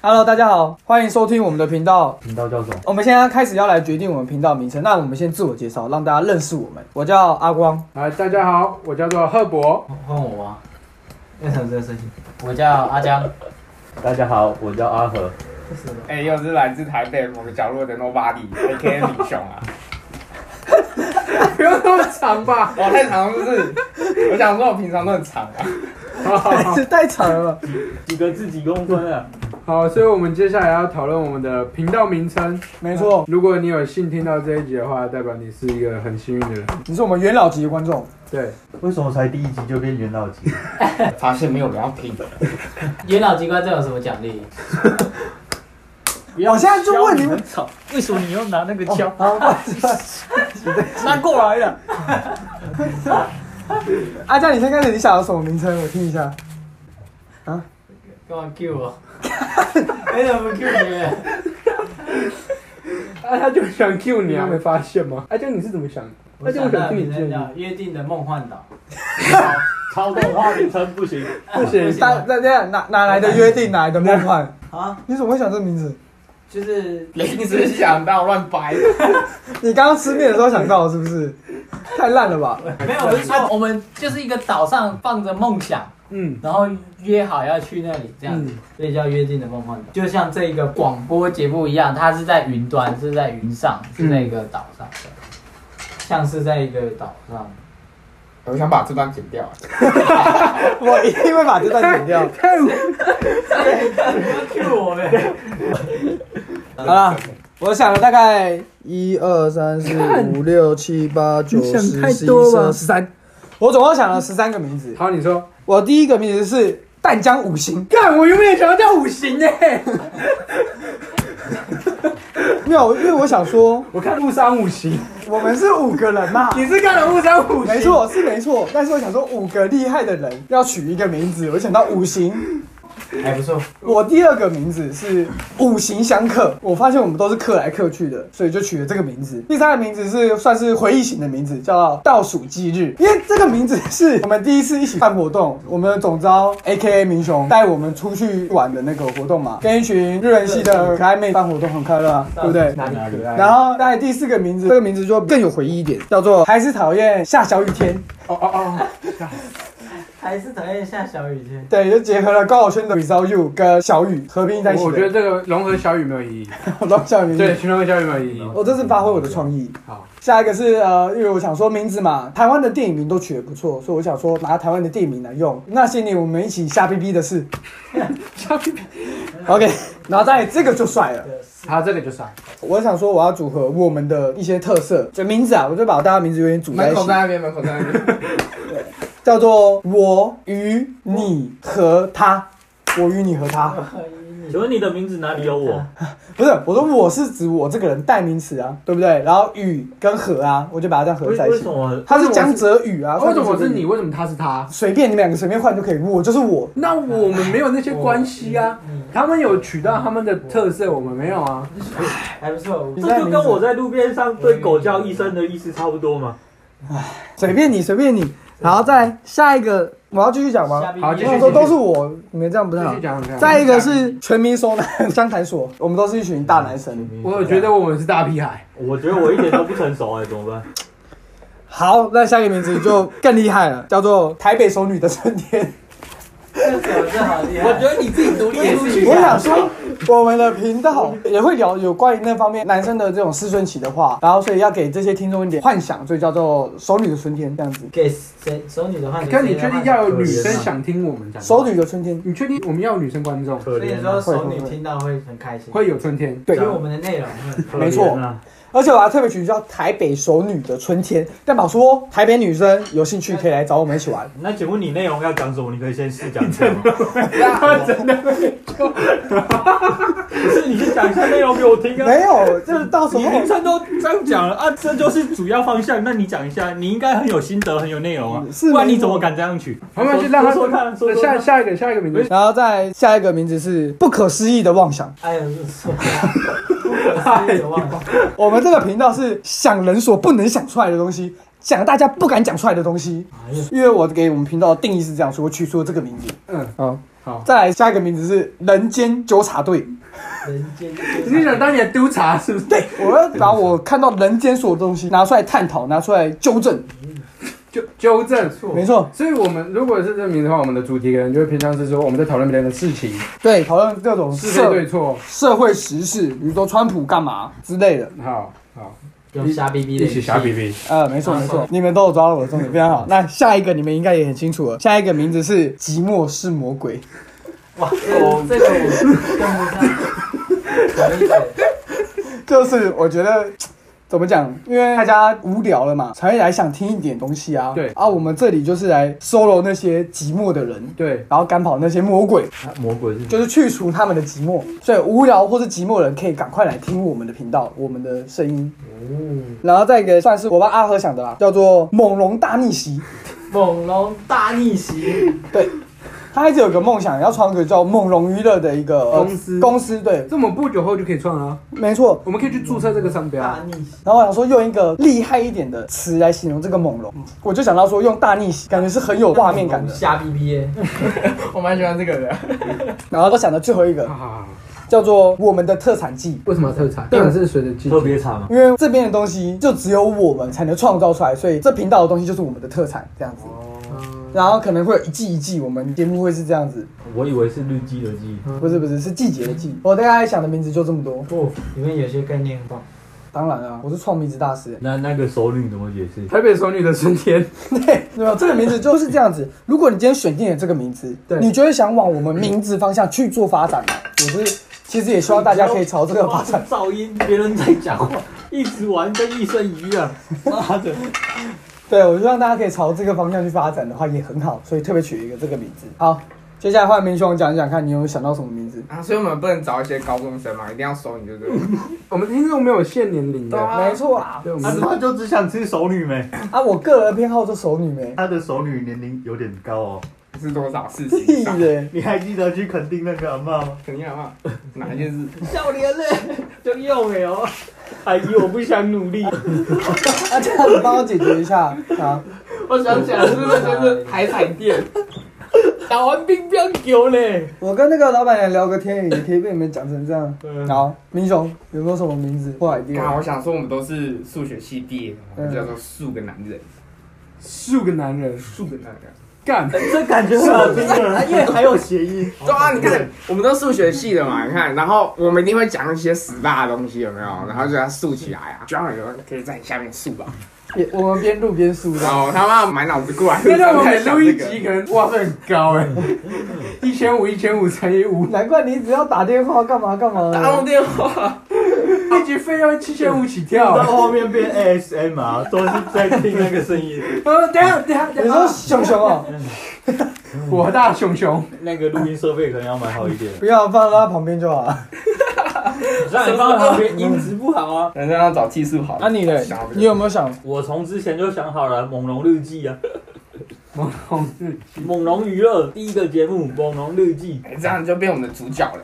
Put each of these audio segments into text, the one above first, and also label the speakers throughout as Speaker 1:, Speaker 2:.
Speaker 1: Hello，大家好，欢迎收听我们的频道。
Speaker 2: 频道叫什么？
Speaker 1: 我们现在开始要来决定我们频道名称。那我们先自我介绍，让大家认识我们。我叫阿 光，
Speaker 3: 来，大家好，我叫做赫 博。
Speaker 4: 换我吗？为什么这个事情？
Speaker 5: 我叫阿江，
Speaker 2: 大家好，我叫阿和。
Speaker 3: 哎、又是来自台北某个角落的 Nobody，A.K.A. 李雄啊。
Speaker 4: 不用那么长吧？
Speaker 3: 我太长了是不是？我想说，我平常都很长啊。
Speaker 1: 是太长了。
Speaker 2: 几个字几公分啊？
Speaker 3: 好，所以我们接下来要讨论我们的频道名称。
Speaker 1: 没错，
Speaker 3: 如果你有幸听到这一集的话，代表你是一个很幸运的人。
Speaker 1: 你是我们元老级的观众。
Speaker 3: 对，
Speaker 2: 为什么才第一集就变元老级？
Speaker 3: 发现没有人要听。
Speaker 5: 元老机关这有什么奖励？
Speaker 1: 我现在就问你们，
Speaker 4: 操！为什么你要拿那个枪？
Speaker 2: 哦
Speaker 1: 好，
Speaker 4: 拿过来了。
Speaker 1: 阿佳，你先开始，你想要什么名称？我听一下。
Speaker 5: 干嘛 Q 我？没怎么 Q 你？
Speaker 3: 啊，他就想 Q 你啊，
Speaker 1: 嗯
Speaker 3: 没发现吗？阿、啊、江，你是怎么想的？阿江，我想听你建议。
Speaker 5: 《约定的梦幻岛
Speaker 2: 超动画名称不行。
Speaker 3: 不行，
Speaker 1: 大大家哪哪来的约定，哪来的梦 幻？》
Speaker 5: 啊，
Speaker 1: 你怎么会想这名字？
Speaker 5: 就是
Speaker 3: 临时想到乱掰。
Speaker 1: 你刚刚吃面的时候想到的是不是？太烂了吧！
Speaker 5: 没有，我是说我们就是一个岛上放着梦想，
Speaker 3: 嗯
Speaker 5: 然后约好要去那里，这样子，所以叫《约定的梦幻岛》。就像这个广播节目一样，它是在云端，是在云上，是在一个岛上的，像是在一个岛上。
Speaker 6: 我想把这段剪掉。 啊
Speaker 1: 我一 定会把这段剪掉。
Speaker 3: 嗯
Speaker 5: Q 我呗！
Speaker 1: 好了，我想了大概一二三四五六七八九十十一十二十三，我总共想了十三个名字。
Speaker 3: 好，你说。
Speaker 1: 我第一个名字是淡江五行，
Speaker 3: 干，我原本也想要叫五行呢、
Speaker 1: 没有，因为我想说
Speaker 3: 我看误伤五行，
Speaker 1: 我们是五个人嘛。
Speaker 3: 你是看了误伤五行？
Speaker 1: 没错，是没错，但是我想说五个厉害的人要取一个名字，我想到五行。
Speaker 5: 还不错，
Speaker 1: 我第二个名字是五行相克，我发现我们都是克来克去的，所以就取了这个名字。第三个名字是算是回忆型的名字，叫倒数计日，因为这个名字是我们第一次一起办活动，我们的总招 A K A 明雄带我们出去玩的那个活动嘛，跟一群日人系的可爱妹办活动很快乐啊，对不对？
Speaker 5: 哪里可爱？
Speaker 1: 然后在第四个名字，这个名字就更有回忆一点，叫做还是讨厌下小雨天。
Speaker 3: 哦哦哦，
Speaker 5: 还是讨厌下小雨天。
Speaker 1: 对，就结合了高晓轩的《Without You》跟小雨合并在一起的。
Speaker 3: 我觉 得这个融合小雨没有意义。
Speaker 1: 我都小雨。
Speaker 3: 对，，群融合小雨没有意义。
Speaker 1: 我哦这次发挥我的创意。
Speaker 3: 好，
Speaker 1: 下一个是呃，因为我想说名字嘛，台湾的电影名都取得不错，所以我想说拿台湾的电影名来用。那些年我们一起瞎逼逼的事，
Speaker 3: 小屁屁。
Speaker 1: OK，然后再这个就帅了。
Speaker 3: 好，这个就算。
Speaker 1: 我想说我要组合我们的一些特色，就名字啊，我就把大家名字有点组在
Speaker 6: 门
Speaker 1: 一起
Speaker 6: 口，在那边，门口在那边。
Speaker 1: 叫做我与你和他。我与你和他，
Speaker 2: 请问你的名字哪里有我？
Speaker 1: 不是我说我是指我这个人代名词啊，对不对？然后与跟和啊，我就把它这样合
Speaker 2: 为
Speaker 1: 在一
Speaker 2: 为
Speaker 1: 起
Speaker 2: 什。么？
Speaker 1: 他是江泽宇啊，
Speaker 3: 为什么
Speaker 1: 算
Speaker 3: 哦我是你？？为什么他是他？
Speaker 1: 随便你们两个随便换就可以，我就是我。
Speaker 3: 那我们没有那些关系啊， 他们有取到他们的特色，我们没有啊。
Speaker 5: 还不错，
Speaker 1: 你
Speaker 2: 这就跟我在路边上对狗叫一声的意思差不多嘛。
Speaker 1: 随便你，随便你。然后再下一个，我要继续讲吗？
Speaker 3: 好
Speaker 5: 继
Speaker 3: 继
Speaker 1: 我
Speaker 3: 续
Speaker 1: 想说都是我，你们这样不
Speaker 3: 继
Speaker 1: 太好
Speaker 3: 续。讲讲看。
Speaker 1: 再一个是全民收男湘潭所，我们都是一群大男生。
Speaker 3: 我觉得我们是大屁孩。
Speaker 2: 我觉得我一点都不成熟哎，怎么办？
Speaker 1: 好，那下一个名字就更厉害了，叫做台北熟女的春天。
Speaker 5: 这首这好厉
Speaker 6: 我
Speaker 5: 害
Speaker 6: 觉。得你自己独立也是一啊
Speaker 1: 我
Speaker 6: 样。
Speaker 1: 想说，我们的频道也会聊有关于那方面男生的这种思春期的话，然后所以要给这些听众一点幻想，所以叫做熟女的春天这样子。
Speaker 5: 给谁手女的话，
Speaker 3: 可你确定要有女生想听我
Speaker 6: 嗯
Speaker 3: 们讲？
Speaker 1: 熟女的春天，
Speaker 3: 你确定我们要有女生观众？
Speaker 2: 可
Speaker 5: 所以
Speaker 2: 怜
Speaker 5: 说
Speaker 2: 啊，
Speaker 5: 手女听到会很开心，
Speaker 3: 会有春 天。
Speaker 1: 对
Speaker 5: 听
Speaker 6: 嗯
Speaker 5: 我们的内容会。
Speaker 2: 可
Speaker 1: 没错
Speaker 2: 怜啊。
Speaker 1: 而且我还特别取叫台北熟女的春天，代表说台北女生有兴趣可以来找我们一起玩。
Speaker 2: 那请问你内容要讲什么？你可以先试讲一下吗。
Speaker 3: 真的会
Speaker 2: 不 是，你先讲一下内容给我
Speaker 6: 嗯
Speaker 2: 听啊。
Speaker 1: 没有，就是到时
Speaker 2: 你
Speaker 1: 候
Speaker 2: 名称都这样讲了啊，这就是主要方向。那你讲一下，你应该很有心得，很有内容啊，
Speaker 1: 是
Speaker 2: 不然
Speaker 1: 没
Speaker 2: 你怎
Speaker 1: 错
Speaker 2: 么敢这样取？
Speaker 3: 没关系，让他
Speaker 2: 说说看，说说
Speaker 3: 下
Speaker 2: 看。
Speaker 3: 下一个下一个名字。
Speaker 1: 然后再下一个名字是不可思议的妄想。
Speaker 5: 哎呦，这是不可思议的妄想。
Speaker 1: 我们这个频道是想人所不能想出来的东西，讲大家
Speaker 3: 哎
Speaker 1: 不敢讲出来的东西。因为我给我们频道的定义是这样，所以我取出了这个名字。
Speaker 3: 嗯，
Speaker 1: 好，
Speaker 2: 好，
Speaker 1: 再来下一个名字是人间纠察队。
Speaker 5: 人间
Speaker 3: 你是想当你的督察是不是？
Speaker 1: 对，我要把我看到人间所有东西拿出来探讨，拿出来纠正。
Speaker 3: 纠纠正。
Speaker 1: 没错，
Speaker 3: 所以我们如果是这名的话，我们的主题可能就会偏向是说我们在讨论别人的事情，
Speaker 1: 对，讨论各种
Speaker 3: 是非
Speaker 1: 社
Speaker 3: 对错。
Speaker 1: 社会时事，比如说川普干嘛之类的。
Speaker 3: 好好，
Speaker 5: 用瞎逼逼
Speaker 3: 一
Speaker 5: 的
Speaker 3: 起瞎比比。
Speaker 1: 呃，没错没错，你们都有抓到我的重点，非常好。那下一个你们应该也很清楚了，下一个名字是寂寞是魔鬼。
Speaker 5: 哇，哦，这个我跟不上。什么意思？
Speaker 1: 就是我觉得怎么讲，因为大家无聊了嘛，才会来想听一点东西啊。
Speaker 3: 对
Speaker 1: 啊，我们这里就是来收罗那些寂寞的人。
Speaker 3: 对，
Speaker 1: 然后赶跑那些魔鬼，
Speaker 3: 啊魔鬼是
Speaker 1: 就是去除他们的寂寞。所以无聊或是寂寞的人可以赶快来听我们的频道，我们的声音。
Speaker 3: 哦
Speaker 1: 然后再一个算是我帮阿和想的啦，啊叫做《猛龙大逆袭》。
Speaker 5: 猛龙大逆袭，
Speaker 1: 对，他一直有个梦想，要创一个叫猛龙娱乐的一个、呃
Speaker 3: 公司
Speaker 1: 公司对，
Speaker 3: 这我们不久后就可以创了啊，
Speaker 1: 没错。
Speaker 3: 我们可以去注册这个商标。
Speaker 5: 大逆袭，
Speaker 1: 然后我想说用一个厉害一点的词来形容这个猛龙，嗯我就想到说用大逆袭，感觉是很有画面感的。
Speaker 5: 瞎逼逼耶！
Speaker 6: 我蛮喜欢这个的。
Speaker 1: 然后我想到最后一个
Speaker 5: 啊
Speaker 3: 好好好，
Speaker 1: 叫做我们的特产季，
Speaker 3: 为什么要特产？特产是随着季
Speaker 4: 特
Speaker 3: 节。
Speaker 4: 别惨
Speaker 2: 啊
Speaker 4: 嘛。
Speaker 1: 因为这边的东西就只有我们才能创造出来，所以这频道的东西就是我们的特产这样子。
Speaker 5: 哦
Speaker 1: 然后可能会有一季一季，我们节目会是这样子，
Speaker 4: 我以为是绿鸡的鸡，
Speaker 5: 嗯
Speaker 1: 不是不是是季节的季。我大概想的名字就这么多。
Speaker 5: 不，哦里面有些概念很棒。
Speaker 1: 当然啊，我是创名字大师。
Speaker 4: 那那个首领怎么解释？
Speaker 3: 台北熟女的春天，
Speaker 1: 对，没有这个名字就是这样子。如果你今天选定了这个名字，
Speaker 3: 对
Speaker 1: 你就会想往我们名字方向去做发展嘛。我是其实也希望大家可以朝这个发 展。
Speaker 2: 噪音，别人在讲话，一直玩跟一生一 样，妈的！
Speaker 1: 对，我希望大家可以朝这个方向去发展的话也很好，所以特别取一个这个名字。好，接下来换明兄讲一讲，看你有想到什么名字？
Speaker 6: 啊，所以我们不能找一些高中生嘛，一定要收你，对不对？
Speaker 3: 我们听众没有限年龄的，
Speaker 1: 没错啊，
Speaker 3: 对，我
Speaker 2: 他
Speaker 3: 们
Speaker 2: 他就只想吃熟女没？
Speaker 1: 啊，我个人偏好就熟女没。
Speaker 2: 他的熟女年龄有点高哦。
Speaker 6: 是多少事情
Speaker 1: 屁
Speaker 6: 以上？
Speaker 1: 嘞！
Speaker 2: 你还记得去垦丁那个阿妈吗？
Speaker 6: 肯定好不好？哪一件 事？
Speaker 5: 笑脸嘞，就用哎哦，
Speaker 2: 阿姨，我不想努力。
Speaker 1: 啊，这样你帮我解决一下啊！
Speaker 6: 我想起来是那件是海产店，
Speaker 5: 打完乒乓球嘞。
Speaker 1: 我跟那个老板娘聊个天，也可以被你们讲成这样。
Speaker 2: 嗯
Speaker 1: 好，明雄有没有什么名字或
Speaker 6: 啊，
Speaker 1: idea？
Speaker 6: 我想说我们都是数学系毕业的，
Speaker 1: 嗯
Speaker 6: 我们叫做数个男人，
Speaker 3: 数个男人
Speaker 6: 数个男人。
Speaker 3: 干，
Speaker 2: 这感觉很好听啊，因为还有谐音。
Speaker 6: 对啊，你看，我们都数学系的嘛，你看，然后我们一定会讲一些死大的东西，有没有？然后就给它竖起来啊，就让有人可以在你下面竖吧。
Speaker 1: 也我们边录边输的
Speaker 6: 然。后哦他妈满脑子过来，
Speaker 3: 现在我
Speaker 6: 在
Speaker 3: 每
Speaker 6: 想
Speaker 3: 录
Speaker 6: 这
Speaker 3: 一
Speaker 6: 个
Speaker 3: 集可能哇，这很高哎，一千五一千五乘以五，
Speaker 1: 难怪你只要打电话干嘛干嘛
Speaker 6: 打通电话。
Speaker 3: 一集费要七千五起跳
Speaker 2: 到
Speaker 3: 哎。
Speaker 2: 后面变 ASM 啊，都是在听那个声音。
Speaker 3: 呃，等一下等一下
Speaker 1: 你
Speaker 3: 等一
Speaker 1: 说
Speaker 3: 下，
Speaker 1: 熊熊 哦，
Speaker 3: 我大熊熊，
Speaker 2: 那个录音设备可能要买好一点。
Speaker 1: 不要放到他旁边就好 了。
Speaker 4: 让你放旁边音质不好啊！
Speaker 6: 人家要找技术好
Speaker 1: 那啊你嘞
Speaker 6: 想不，到
Speaker 1: 你有没有想？
Speaker 4: 我从之前就想好了，《猛龙日记》啊，
Speaker 3: 猛龙是
Speaker 4: 《猛龙娱乐》第一个节目《猛龙日记
Speaker 6: 哎这样就变我们的主角了。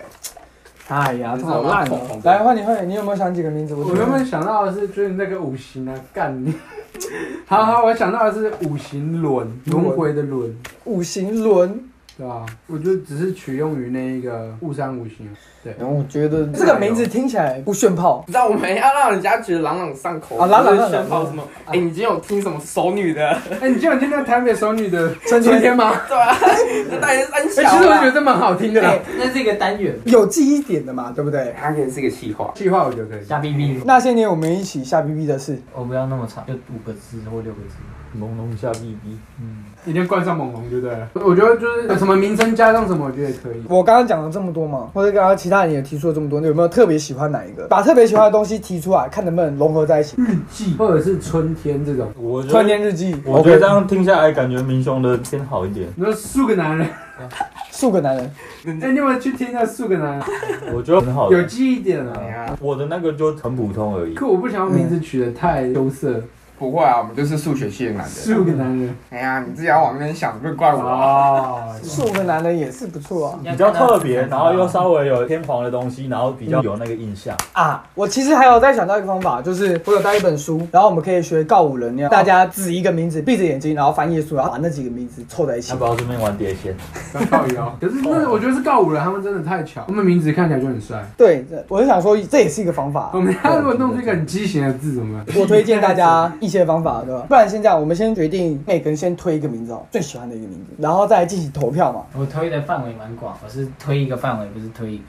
Speaker 1: 哎呀
Speaker 6: 这好烂哦
Speaker 1: 来换你换你，你有没有想几个名字？
Speaker 3: 我原本想到的是就是那个五行啊，干你。 好好，我想到的是五行轮，轮回的轮，
Speaker 1: 五行轮，
Speaker 3: 对吧？我就只是取用于那一个雾山五行。啊
Speaker 6: 然后我觉得
Speaker 1: 这个名字，听起来不炫炮
Speaker 6: 不知道我们要让人家觉得朗朗上口
Speaker 1: 啊朗朗上口
Speaker 6: 炫炮什么？哎，你今天有听什么熟女的？
Speaker 3: 哎，你今晚听到台北熟女 的
Speaker 1: 春
Speaker 3: 春
Speaker 1: 天
Speaker 3: 天吗？
Speaker 6: 对啊，这大爷三
Speaker 3: 哎，
Speaker 6: 小
Speaker 3: 其实我觉
Speaker 6: 啊。
Speaker 3: 得这蛮好听的啦
Speaker 5: 哎。，那是一个单元，
Speaker 1: 有记忆点的嘛，对不对？
Speaker 6: 他可能是个气话，
Speaker 3: 计划我觉得可以。
Speaker 5: 瞎逼逼。
Speaker 1: 那些年我们一起下 B B 的事，
Speaker 5: 我不要那么长，就五个字或六个字。》，
Speaker 4: 朦胧下 BB，
Speaker 3: 一定冠上猛龙，对不对？我觉得就是呃有什么名称加上什么，我觉得也可以。
Speaker 1: 我刚刚讲了这么多嘛，或者刚刚其他人也提出了这么多，你有没有特别喜欢哪一个？把特别喜欢的东西提出来，看能不能融合在一起。
Speaker 3: 季或者是春天这种，
Speaker 4: 我觉
Speaker 1: 川
Speaker 4: 得
Speaker 1: 天日记，
Speaker 4: 我觉得这样听下来，感觉明雄的偏好一点。
Speaker 3: 你说数个男人，
Speaker 1: 数个男人，
Speaker 3: 哎，你有没有去听那数个男人？
Speaker 4: 我觉得很好，
Speaker 3: 有记忆点啊。
Speaker 6: 哎呀，
Speaker 4: 我的那个就很普通而已。
Speaker 3: 可我不想要名字取得太羞涩，
Speaker 6: 不会啊，我们就是数学系的男人。
Speaker 3: 四五个男人
Speaker 6: 哎呀，你自己要往那边想，不会怪我啊。
Speaker 2: 哦，
Speaker 1: 数个男人也是不错啊。
Speaker 5: 比
Speaker 2: 比较特别，然后又稍微有偏旁的东西，然后比较有那个印象。
Speaker 1: 啊，我其实还有在想到一个方法，就是我有带一本书，然后我们可以学告五人那样，大家指一个名字，闭着眼睛，然后翻页数，然后把那几个名字凑在一起
Speaker 2: 要。不要顺便玩碟仙？
Speaker 3: 告腰，可是那我觉得是告五人，他们真的太巧，他们名字看起来就很帅。
Speaker 1: 对，这我是想说这也是一个方法
Speaker 3: 我。们要如果弄这个很畸形的字怎么办？
Speaker 1: 我推荐大家一些方法，对吧？不然先这样，我们先决定每个人先推一个名字哦，最喜欢的一个名字，然后再来进行投票嘛。
Speaker 5: 我推的范围蛮广，我是推一个范围，不是推一个。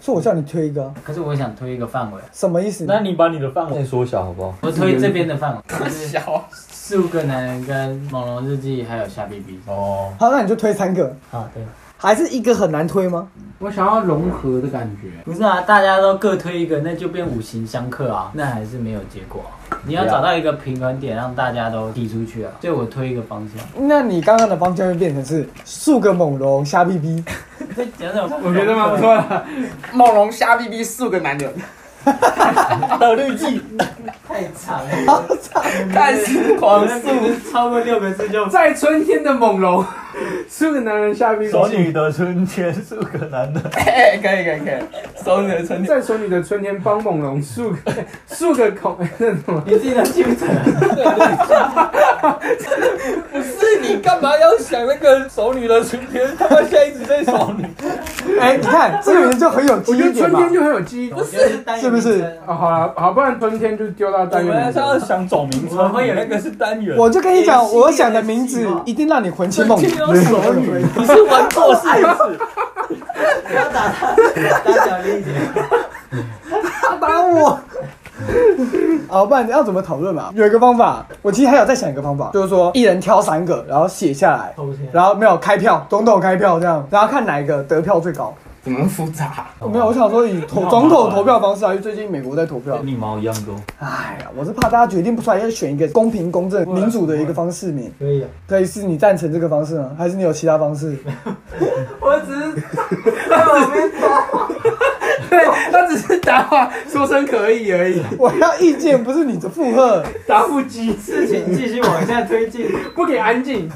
Speaker 1: 所以我叫你推一个，
Speaker 5: 可是我想推一个范围，
Speaker 1: 什么意思？
Speaker 2: 那你把你的范围缩小好不好？
Speaker 5: 我推这边的范围，就是
Speaker 6: 小，
Speaker 5: 四五个男人跟《猛龙日记》还有夏 B B。
Speaker 2: 哦，
Speaker 1: 好，那你就推三个，
Speaker 5: 啊，对，
Speaker 1: 还是一个很难推吗？
Speaker 3: 我想要融合的感觉。
Speaker 5: 不是啊，大家都各推一个，那就变五行相克啊，那还是没有结果啊、你要找到一个平衡点，让大家都踢出去啊。所以我推一个方 向。
Speaker 1: 那你刚刚的方向会变成是数个猛龙瞎逼 逼，
Speaker 5: 这讲什么？
Speaker 3: 我觉得蛮 不错的，
Speaker 6: 梦龙虾 B B 四个男人，
Speaker 2: 到日记，
Speaker 5: 太长了，
Speaker 6: 但是狂
Speaker 5: 那
Speaker 6: 速。
Speaker 5: 个超过六个字就
Speaker 3: 在春天的猛龙，四个男人下冰
Speaker 2: 熟女的春天是个男 的，
Speaker 6: 哎、 可以可以可以，收你的成绩。
Speaker 3: 在春女的春天帮猛龙数个 数个孔，那什么？
Speaker 5: 你自己能记不住。
Speaker 6: 不是你干嘛要想那个熟女的春天？他们现在一直在熟女。
Speaker 1: 哎、你看这个名字就很有记
Speaker 3: 我觉
Speaker 1: 忆
Speaker 3: 得
Speaker 1: 点
Speaker 3: 春
Speaker 1: 嘛
Speaker 3: 天。就很有记忆。
Speaker 5: 是单一
Speaker 1: 是不是
Speaker 5: 名称
Speaker 3: 哦，好了，好，不然春天就丢到单元里面。
Speaker 2: 想找名字，我会有那个是单元
Speaker 1: 我就跟你讲，我想的名字一定让你魂牵梦萦。
Speaker 2: 熟女，你是玩错事不是？
Speaker 5: 不要打他，打小力一点。
Speaker 1: 打我！ 好，不然要怎么讨论啊嘛？有一个方法，我其实还有在想一个方法，就是说一人挑三个，然后写下来，
Speaker 5: 偷天
Speaker 1: 然后没有开票，总统开票这样，然后看哪一个得票最高。
Speaker 6: 怎么复杂？
Speaker 1: 我没有，我想说以投总统投票方式啊，因为最近美国在投票
Speaker 2: 跟。你毛一样多，
Speaker 1: 哎呀，我是怕大家决定不出来，要选一个公平、公正、民主的一个方式名。
Speaker 5: 可以啊，
Speaker 1: 可以是你赞成这个方式吗？还是你有其他方式？
Speaker 5: 我只是在旁边
Speaker 3: 对，他只是答话说声可以而已，
Speaker 1: 我要意见，不是你的附和。
Speaker 3: 答复机
Speaker 5: 事情继续往下推进。
Speaker 3: 不给安静，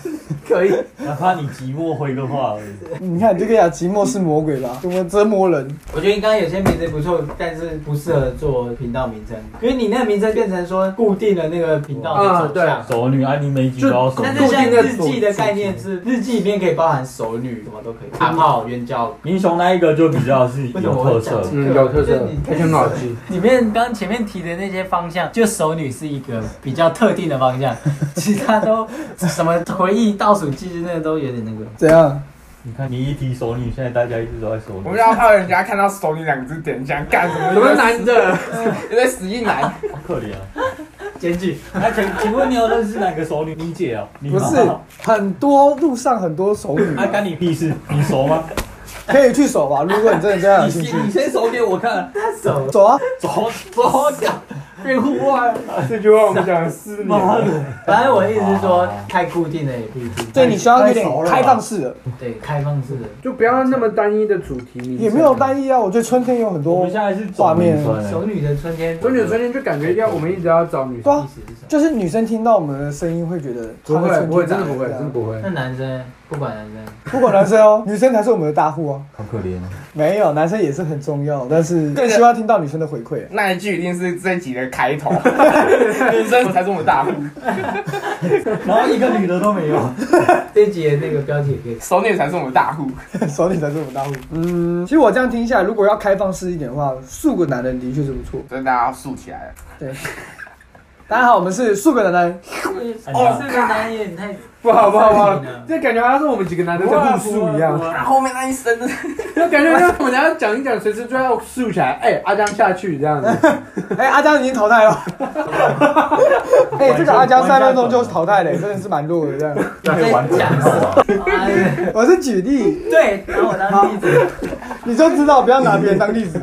Speaker 3: 可以。
Speaker 2: 哪怕你寂寞回个话而已。
Speaker 1: 你看，这个呀，寂寞是魔鬼吧？怎么折磨人？
Speaker 5: 我觉得刚刚有些名字不错，但是不适合做频道名称，因为你那个名称变成说固定了那个频道的走
Speaker 3: 啊
Speaker 5: 向。
Speaker 2: 熟女，啊安妮每集都要熟
Speaker 5: 但
Speaker 2: 女
Speaker 5: 是像日记的概念是，日记里面可以包含熟女，什么都可以，打炮、援交。
Speaker 2: 英雄那一个就比较是
Speaker 5: 为什么
Speaker 2: 有
Speaker 5: 我
Speaker 2: 特
Speaker 5: 会讲
Speaker 2: 色
Speaker 5: 这，个
Speaker 3: 嗯，有特色
Speaker 5: 就是你，
Speaker 3: 而且很好记。
Speaker 5: 里面刚前面提的那些方向，就熟女是一个比较特定的方向，其他都什么回忆、倒数计时那个都有点那个。
Speaker 1: 怎样？
Speaker 2: 你看你一提熟女，现在大家一直都在熟
Speaker 6: 我
Speaker 2: 女
Speaker 6: 们。要怕人家看到熟女两个字点想干什么？
Speaker 3: 什么男 的？
Speaker 6: 有点死硬男？
Speaker 2: 好可怜啊！
Speaker 5: 检举，
Speaker 2: 哎，请请问你有认识哪个熟女？你姐啊？你
Speaker 1: 不
Speaker 2: 妈
Speaker 1: 是很多路上很多熟女
Speaker 2: 那干你屁事？你熟吗？
Speaker 1: 可以去手吧，如果你真的这样有兴趣，
Speaker 6: 先手给我看。
Speaker 5: 他手
Speaker 1: 走啊！
Speaker 2: 走走掉！
Speaker 3: 变户外，这句话我们讲了四
Speaker 2: 妈
Speaker 3: 年。
Speaker 2: 的！
Speaker 5: 反正我一直说太固定的也不一定，
Speaker 1: 所以你需要有点
Speaker 2: 太熟了吧
Speaker 1: 开放式的，
Speaker 5: 对开放式的。
Speaker 3: 就不要那么单一的主题名称，
Speaker 1: 也没有单一啊。我觉得春天有很
Speaker 2: 我
Speaker 1: 多
Speaker 2: 们现，在是
Speaker 1: 画面
Speaker 5: 熟女的春天，
Speaker 3: 春女春天就感觉要我们一直要找女
Speaker 1: 对
Speaker 3: 生，
Speaker 5: 意
Speaker 1: 啊，
Speaker 5: 思是什么？
Speaker 1: 就是女生听到我们的声音会觉得
Speaker 3: 不
Speaker 1: 她
Speaker 3: 会
Speaker 1: 春啊
Speaker 3: 不会，
Speaker 1: 天
Speaker 3: 真的
Speaker 1: 来
Speaker 3: 不会，
Speaker 1: 这
Speaker 3: 真
Speaker 1: 样
Speaker 3: 的不会
Speaker 5: 那。男生不管男生，
Speaker 1: 不管男生哦， 女生才是我们的大户啊。
Speaker 2: 好可怜。
Speaker 1: 没有，男生也是很重要，但是更希望听到女生的回馈。
Speaker 6: 那一句一定是这一集的开 头，人生才这么大。
Speaker 2: 然后一个女的都没有。
Speaker 5: 这集的那个标题也可以。
Speaker 6: 熟女才是我们大户。
Speaker 1: 手里才是我们大户。嗯，其实我这样听下来，如果要开放式一点的话，数个男人的确是不错。
Speaker 6: 所以大家要竖起来了。
Speaker 1: 对，大家好，我们是数个男人。
Speaker 5: 哦，这个男演太
Speaker 3: 不好不好不 好
Speaker 5: 不会，
Speaker 3: 这感觉好像是我们几个男的在互诉一样，
Speaker 6: 啊，后面那一声，
Speaker 3: 就感觉像我们要讲一讲，随时就要竖起来，哎，阿江下去这样 子，
Speaker 1: 哎、阿江已经淘汰 了。哎、这个阿江三分钟就淘汰了、真的是蛮弱的这样。
Speaker 2: 那可以玩
Speaker 5: 在讲什么？啊
Speaker 1: 我是举例，
Speaker 5: 对，拿我当例子。
Speaker 1: 你就 知道不要拿别人当例子。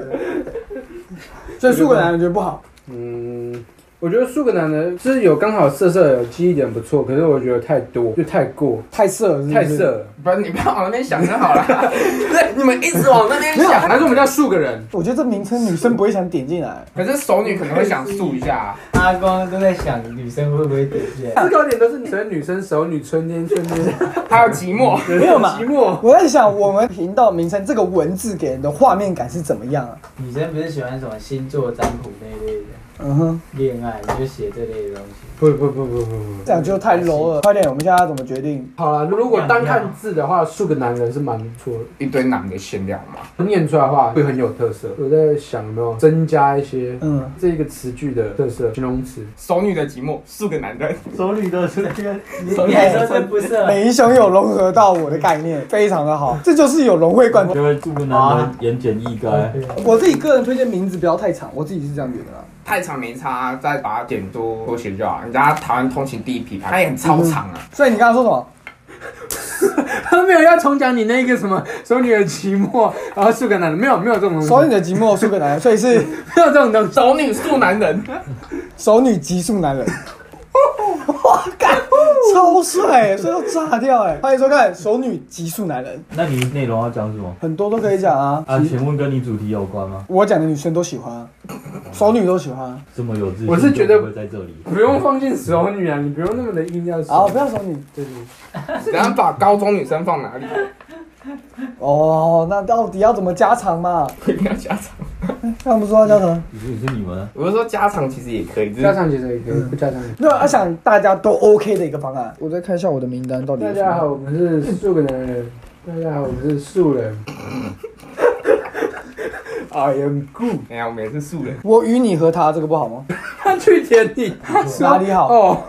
Speaker 1: 所以数个男人觉得不好，
Speaker 3: 嗯，我觉得苏格兰的就是有刚好色色有记忆点不错，可是我觉得太多就太过
Speaker 1: 太色了是不是
Speaker 3: 太色。了。
Speaker 6: 不是你不要往那边想就好 了，不是你们一直往那边
Speaker 3: 没有，
Speaker 6: 想，
Speaker 3: 还是我们叫数个人，
Speaker 1: 我觉得这名称女生不会想点进来，
Speaker 6: 可是熟女可能会想素一下啊，
Speaker 5: 阿光都在想女生会不会点进来
Speaker 3: 制高点都是女生、女生、熟女、春天、春天、
Speaker 6: 还有寂 寞，
Speaker 1: 没有嘛
Speaker 3: 寂寞。
Speaker 1: 我在想我们频道名称这个文字给人的画面感是怎么样啊？
Speaker 5: 女生不是喜欢什么星座占卜那一类的
Speaker 1: 嗯哼，
Speaker 5: 恋爱，你就写这类的东西。
Speaker 3: 不不不不不不
Speaker 1: 这样就太 low 了。快点，我们现在要怎么决定？
Speaker 3: 好了，如果单看字的话，数个男人是蛮不错
Speaker 6: 一堆男的闲聊嘛。
Speaker 3: 的，念出来的话会很有特色。我在想有没有增加一些
Speaker 1: 嗯，
Speaker 3: 这个词句的特色形容词，
Speaker 6: 熟女的寂寞，素个男 人，
Speaker 2: 手里的是这个，
Speaker 5: 你你还说这不是啊
Speaker 1: 每一雄有融合到我的概念，非常的好，这就是有融会贯通。
Speaker 2: 就是住个男人言简意赅。
Speaker 1: 我自己个人推荐名字不要太长，我自己是这样觉得啦。
Speaker 6: 太长没差，再把它点多多写就好。你知道他台湾通勤第一品牌，它也很超长啊。
Speaker 1: 所以你刚刚说什么？
Speaker 3: 他没有要重讲你那个什么熟女的寂寞，然后数个男人，没有没有这种东西，
Speaker 1: 熟女的寂寞输给男人，所以 是
Speaker 3: 没有这种东西。
Speaker 6: 熟女素男人，
Speaker 1: 熟女极速男人。 哦哇，干，超帅，所以都炸掉哎！欢迎收看《熟女极速男人
Speaker 2: 那你内容要讲什么》？，
Speaker 1: 很多都可以讲啊。
Speaker 2: 啊，请问跟你主题有关吗？
Speaker 1: 我讲的女生都喜欢啊，熟女都喜欢啊。
Speaker 2: 这么有自信，
Speaker 3: 我是觉得
Speaker 2: 就不会在这里。
Speaker 3: 不用放进熟女啊，你啊不用那么的硬要嗯
Speaker 1: 好，
Speaker 3: 熟
Speaker 1: 不。要熟女
Speaker 3: 对对对
Speaker 6: 然后把高中女生放哪里？
Speaker 1: 哦，那到底要怎么加长嘛？
Speaker 6: 一定要家长。
Speaker 1: 他们不说要加长，
Speaker 2: 你是你是你们啊，
Speaker 6: 我是说家长其实也可以，只
Speaker 3: 加
Speaker 6: 是
Speaker 3: 上其实也可以，不加上也可以。
Speaker 1: 那我想大家都 OK 的一个方案。我再看一下我的名单到底。
Speaker 3: 大家好，，我们是素个男人。大家好，我们是素人。I am good。
Speaker 6: 哎呀，我们也是素人。
Speaker 1: 我与你和他这个不好吗？
Speaker 3: 他去舔 你，
Speaker 1: 哪里好？
Speaker 3: 哦，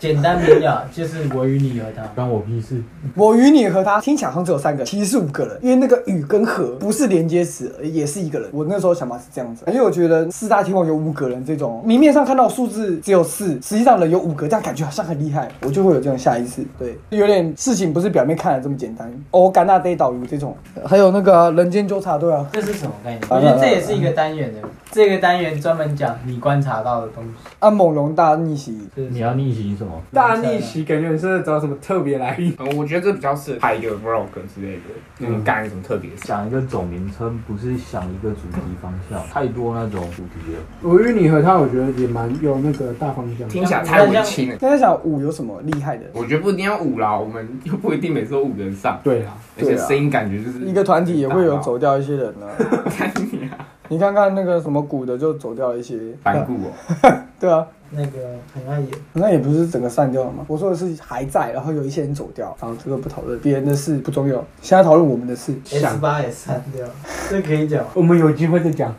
Speaker 5: 简单明了，就是我与你和他。
Speaker 2: 关我屁事。
Speaker 1: 我与你和他听起来好像只有三个，其实是五个人，因为那个与跟和不是连接词，也是一个人。我那时候想法是这样子，因为我觉得四大天王有五个人这种，明面上看到数字只有四，实际上人有五个，这样感觉好像很厉害，我就会有这种下意识，对，有点事情不是表面看的这么简单。哦，戛纳 day 导游这种，还有那个啊、人间纠察队啊，
Speaker 5: 这是什么概念？
Speaker 1: 来
Speaker 5: 我觉得
Speaker 1: 来
Speaker 5: 这
Speaker 1: 来
Speaker 5: 也是一个单元的，这个单元专门讲你观察到的东西。
Speaker 1: 啊，猛龙大逆袭，
Speaker 5: 就是
Speaker 2: 你要逆行什么？
Speaker 3: 大逆袭，感觉你是在找什么特别来宾。
Speaker 6: 呃，我觉得这比较适合拍一个 vlog 之类的，你们干什么特别的事？
Speaker 2: 想一个总名称，不是想一个主题方向，太多那种主题了。
Speaker 3: 我与你和他，我觉得也蛮有那个大方向。
Speaker 6: 听起来太文青了。
Speaker 1: 现在想五有什么厉 害的？
Speaker 6: 我觉得不一定要五啦，我们又不一定每次都五个人上，
Speaker 3: 对啊啦，
Speaker 6: 而且声音感觉就是
Speaker 1: 一个团体也会有走掉一些人呢、啊，
Speaker 6: 看你啊，
Speaker 1: 你看看那个什么鼓的就走掉一些，
Speaker 6: 反骨哦。
Speaker 1: 对啊，
Speaker 5: 那个很爱演，
Speaker 1: 那也不是整个散掉了嘛。我说的是还在，然后有一些人走掉，然后这个不讨论，别人的事不重要，现在讨论我们的事。
Speaker 5: S 八也删掉，这可以讲吗。
Speaker 3: 我们有机会再讲。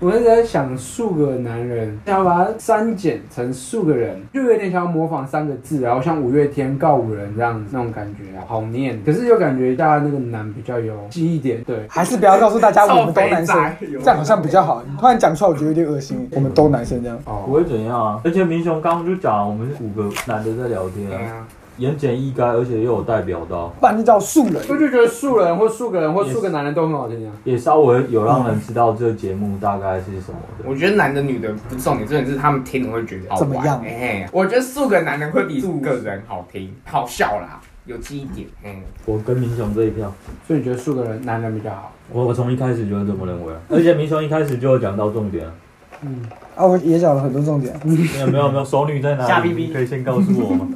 Speaker 3: 我是在想数个男人，想要把它删减成数个人，就有点想要模仿三个字，然后像五月天告五人这样子那种感觉啊，好念。可是又感觉大家那个男比较有记忆点，对。
Speaker 1: 还是不要告诉大家我们都男生
Speaker 6: 臭肥宅，
Speaker 1: 这样好像比较好。突然讲出来，我觉得有点恶心。我们都男生这样，
Speaker 2: 不
Speaker 3: 哦，
Speaker 2: 会怎样啊！而且明雄刚刚就讲，我们是五个男的在聊天
Speaker 6: 对
Speaker 3: 嗯
Speaker 2: 啊，
Speaker 6: 啊，
Speaker 2: 言简意赅，而且又有代表到，
Speaker 1: 不然就叫素人。
Speaker 3: 我就觉得素人或素个人或素个男人都很好听啊。
Speaker 2: 也稍微有让人知道这个节目大概是什么的。
Speaker 6: 我觉得男的女的不重点，重点是他们听了会觉得好玩
Speaker 1: 怎么样
Speaker 6: 哎、我觉得数个男人会比数个人好听，好笑啦，有记忆点。嗯，
Speaker 2: 我跟明雄这一票，
Speaker 3: 所以你觉得素个人男人比较好？
Speaker 2: 我我从一开始就是这么认为啊，而且明雄一开始就有讲到重点啊，
Speaker 3: 嗯，
Speaker 1: 啊，我也讲了很多重点。
Speaker 2: 没有没有没有，熟女 在哪里？
Speaker 5: 下 BB
Speaker 2: 你可以先告诉我吗？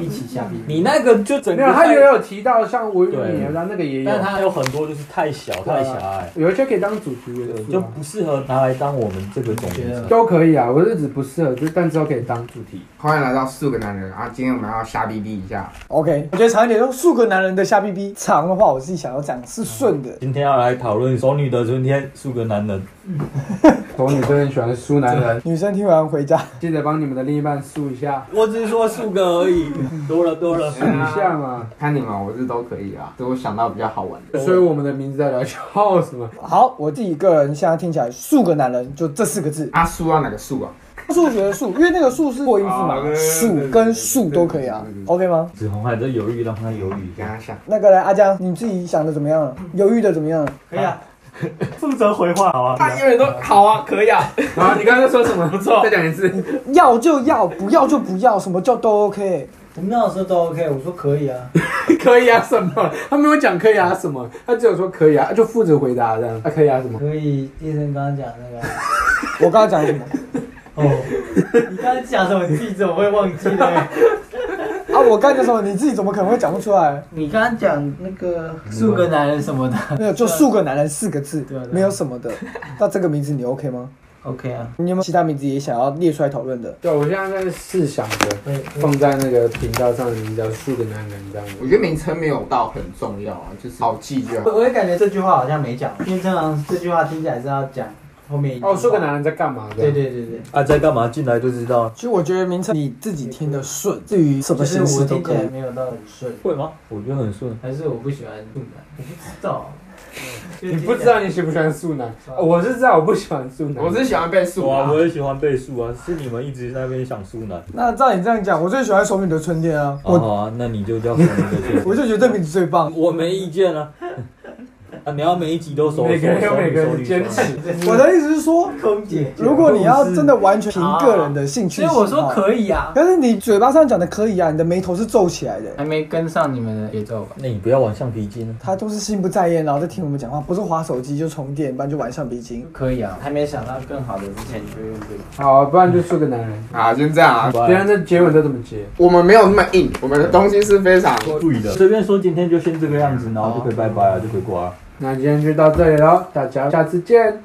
Speaker 5: 一起下笔。
Speaker 2: 你那个就整
Speaker 3: 没
Speaker 2: 个
Speaker 3: 有，他
Speaker 2: 太
Speaker 3: 也，有提到像我与
Speaker 2: 对
Speaker 3: 你和他那个也有
Speaker 2: 但，他有很多就是太小太狭隘，
Speaker 3: 有一些可以当主题元
Speaker 2: 对，
Speaker 3: 素
Speaker 2: 就
Speaker 3: 啊，
Speaker 2: 不适合拿来当我们这个总结。
Speaker 3: 都可以啊。我是指不适合，就但只要可以当主题。
Speaker 6: 欢迎来到数个男人啊！今天我们要瞎逼逼一下，
Speaker 1: OK，我觉得长一点，就素个男人的下逼逼长的话，我自己想要讲是顺的。
Speaker 2: 今天要来讨论熟女的春天，数个男人，
Speaker 3: 丑女真的很喜欢素男人，
Speaker 1: 女生听完回家，
Speaker 3: 记得帮你们的另一半素一下，
Speaker 2: 我只是说数个而已， 啊多了多了。
Speaker 3: 素一下嘛。
Speaker 6: 看你们，我是都可以啊，只是我想到比较好玩的。
Speaker 3: 所以我们的名字代表叫什么？
Speaker 1: 好，我自己个人现在听起来，素个男人就这四个字，
Speaker 6: 阿叔要哪个数啊？
Speaker 1: 数学的数，因为那个数是过音字
Speaker 6: 啊
Speaker 1: 嘛，
Speaker 6: 对
Speaker 1: 数跟数都可以啊
Speaker 6: 对对对对
Speaker 1: ，OK 吗？
Speaker 2: 子红还在犹豫，让他犹豫一
Speaker 6: 给
Speaker 2: 下。
Speaker 6: 他想，
Speaker 1: 那个来，阿江，你自己想的怎么样了？犹豫的怎么样了？
Speaker 5: 可以啊，
Speaker 2: 负责回话好啊。
Speaker 4: 他永远都好啊，可以啊，
Speaker 3: 啊，你刚刚在说什 么？
Speaker 4: 不错
Speaker 3: 再讲一次。
Speaker 1: 要就要，不要就不要，什么叫都 OK。
Speaker 5: 我们那时候都 OK，我说可以啊。
Speaker 3: 可以啊什么？他没有讲可以啊什么，他只有说可以啊，就负责回答这样。啊可以啊什么？
Speaker 5: 可以，医生刚刚讲那 个。
Speaker 1: 我刚刚讲什么？
Speaker 5: 哦，你刚刚讲什么？你自己怎么会忘记呢？
Speaker 1: 啊，我刚才说你自己怎么可能会讲不出来？
Speaker 5: 你刚刚讲那个数个男人什么的
Speaker 1: 没有，就数个男人四个字
Speaker 5: 对啊对啊，
Speaker 1: 没有什么的。那这个名字你 OK 吗？
Speaker 5: ，OK 啊，
Speaker 1: 你有没有其他名字也想要列出来讨论的？
Speaker 3: 对，我现在在试想着
Speaker 5: 可以。可以
Speaker 3: 放在那个频道上的名叫“树的男人”这样
Speaker 6: 我
Speaker 3: 子。
Speaker 6: 觉得名称没有到很重要啊，就是好记就好。
Speaker 5: 我我也感觉这句话好像没讲，因为正常这句话听起来是要讲后面一句话
Speaker 3: 哦，树个男人在干嘛？
Speaker 5: 对。对对对，
Speaker 7: 啊，在干嘛？进来就知道了。
Speaker 1: 其实我觉得名称你自己听得顺，至于什么
Speaker 5: 就是
Speaker 1: 形
Speaker 5: 我
Speaker 1: 式都
Speaker 5: 听起
Speaker 1: 可
Speaker 5: 来
Speaker 1: 以。
Speaker 5: 没有到很顺，
Speaker 7: 会吗？我觉得很顺。
Speaker 5: 还是我不喜欢素男，我不知道。
Speaker 3: 你不知道你喜不喜欢素男？哦我是知道我不喜欢素男。
Speaker 6: 我是喜欢被数
Speaker 7: 哇，
Speaker 6: 啊
Speaker 7: 我，也喜欢背数啊，是你们一直在那边想数男。
Speaker 1: 那照你这样讲，我最喜欢《手柄的春天》啊，
Speaker 7: 哦，
Speaker 1: 我
Speaker 7: 好啊，那你就叫什么就
Speaker 1: 我就觉得这名字最棒。
Speaker 7: 我没意见啊。 啊，你要每一集都熟，
Speaker 3: 每个人有每个人的坚
Speaker 7: 坚
Speaker 3: 持
Speaker 7: 持。。
Speaker 1: 我的意思是说，
Speaker 5: 空姐，
Speaker 1: 如果你要真的完全凭个人的兴趣
Speaker 5: 所以
Speaker 1: 喜好，
Speaker 5: 我说可以啊，
Speaker 1: 但是你嘴巴上讲的可以啊，你的眉头是皱起来的。
Speaker 5: 还没跟上你们的节奏吧？
Speaker 7: 那你不要玩橡皮筋啊。
Speaker 1: 他都是心不在焉，然后在听我们讲话，不是划手机就充电，不然就玩橡皮筋。
Speaker 5: 可以啊，还没想到更好的之前就用这个。
Speaker 3: 好，不然就树个男人。
Speaker 6: 啊，先这样啊。
Speaker 3: 别人的结尾都怎么结？
Speaker 6: 我们没有那么硬，我们的东西是非常
Speaker 7: 注意的，哦随便说，今天就先这个样子，然后就可以拜拜啊，就可以挂啊。
Speaker 3: 那今天就到这里喽，大家下次见。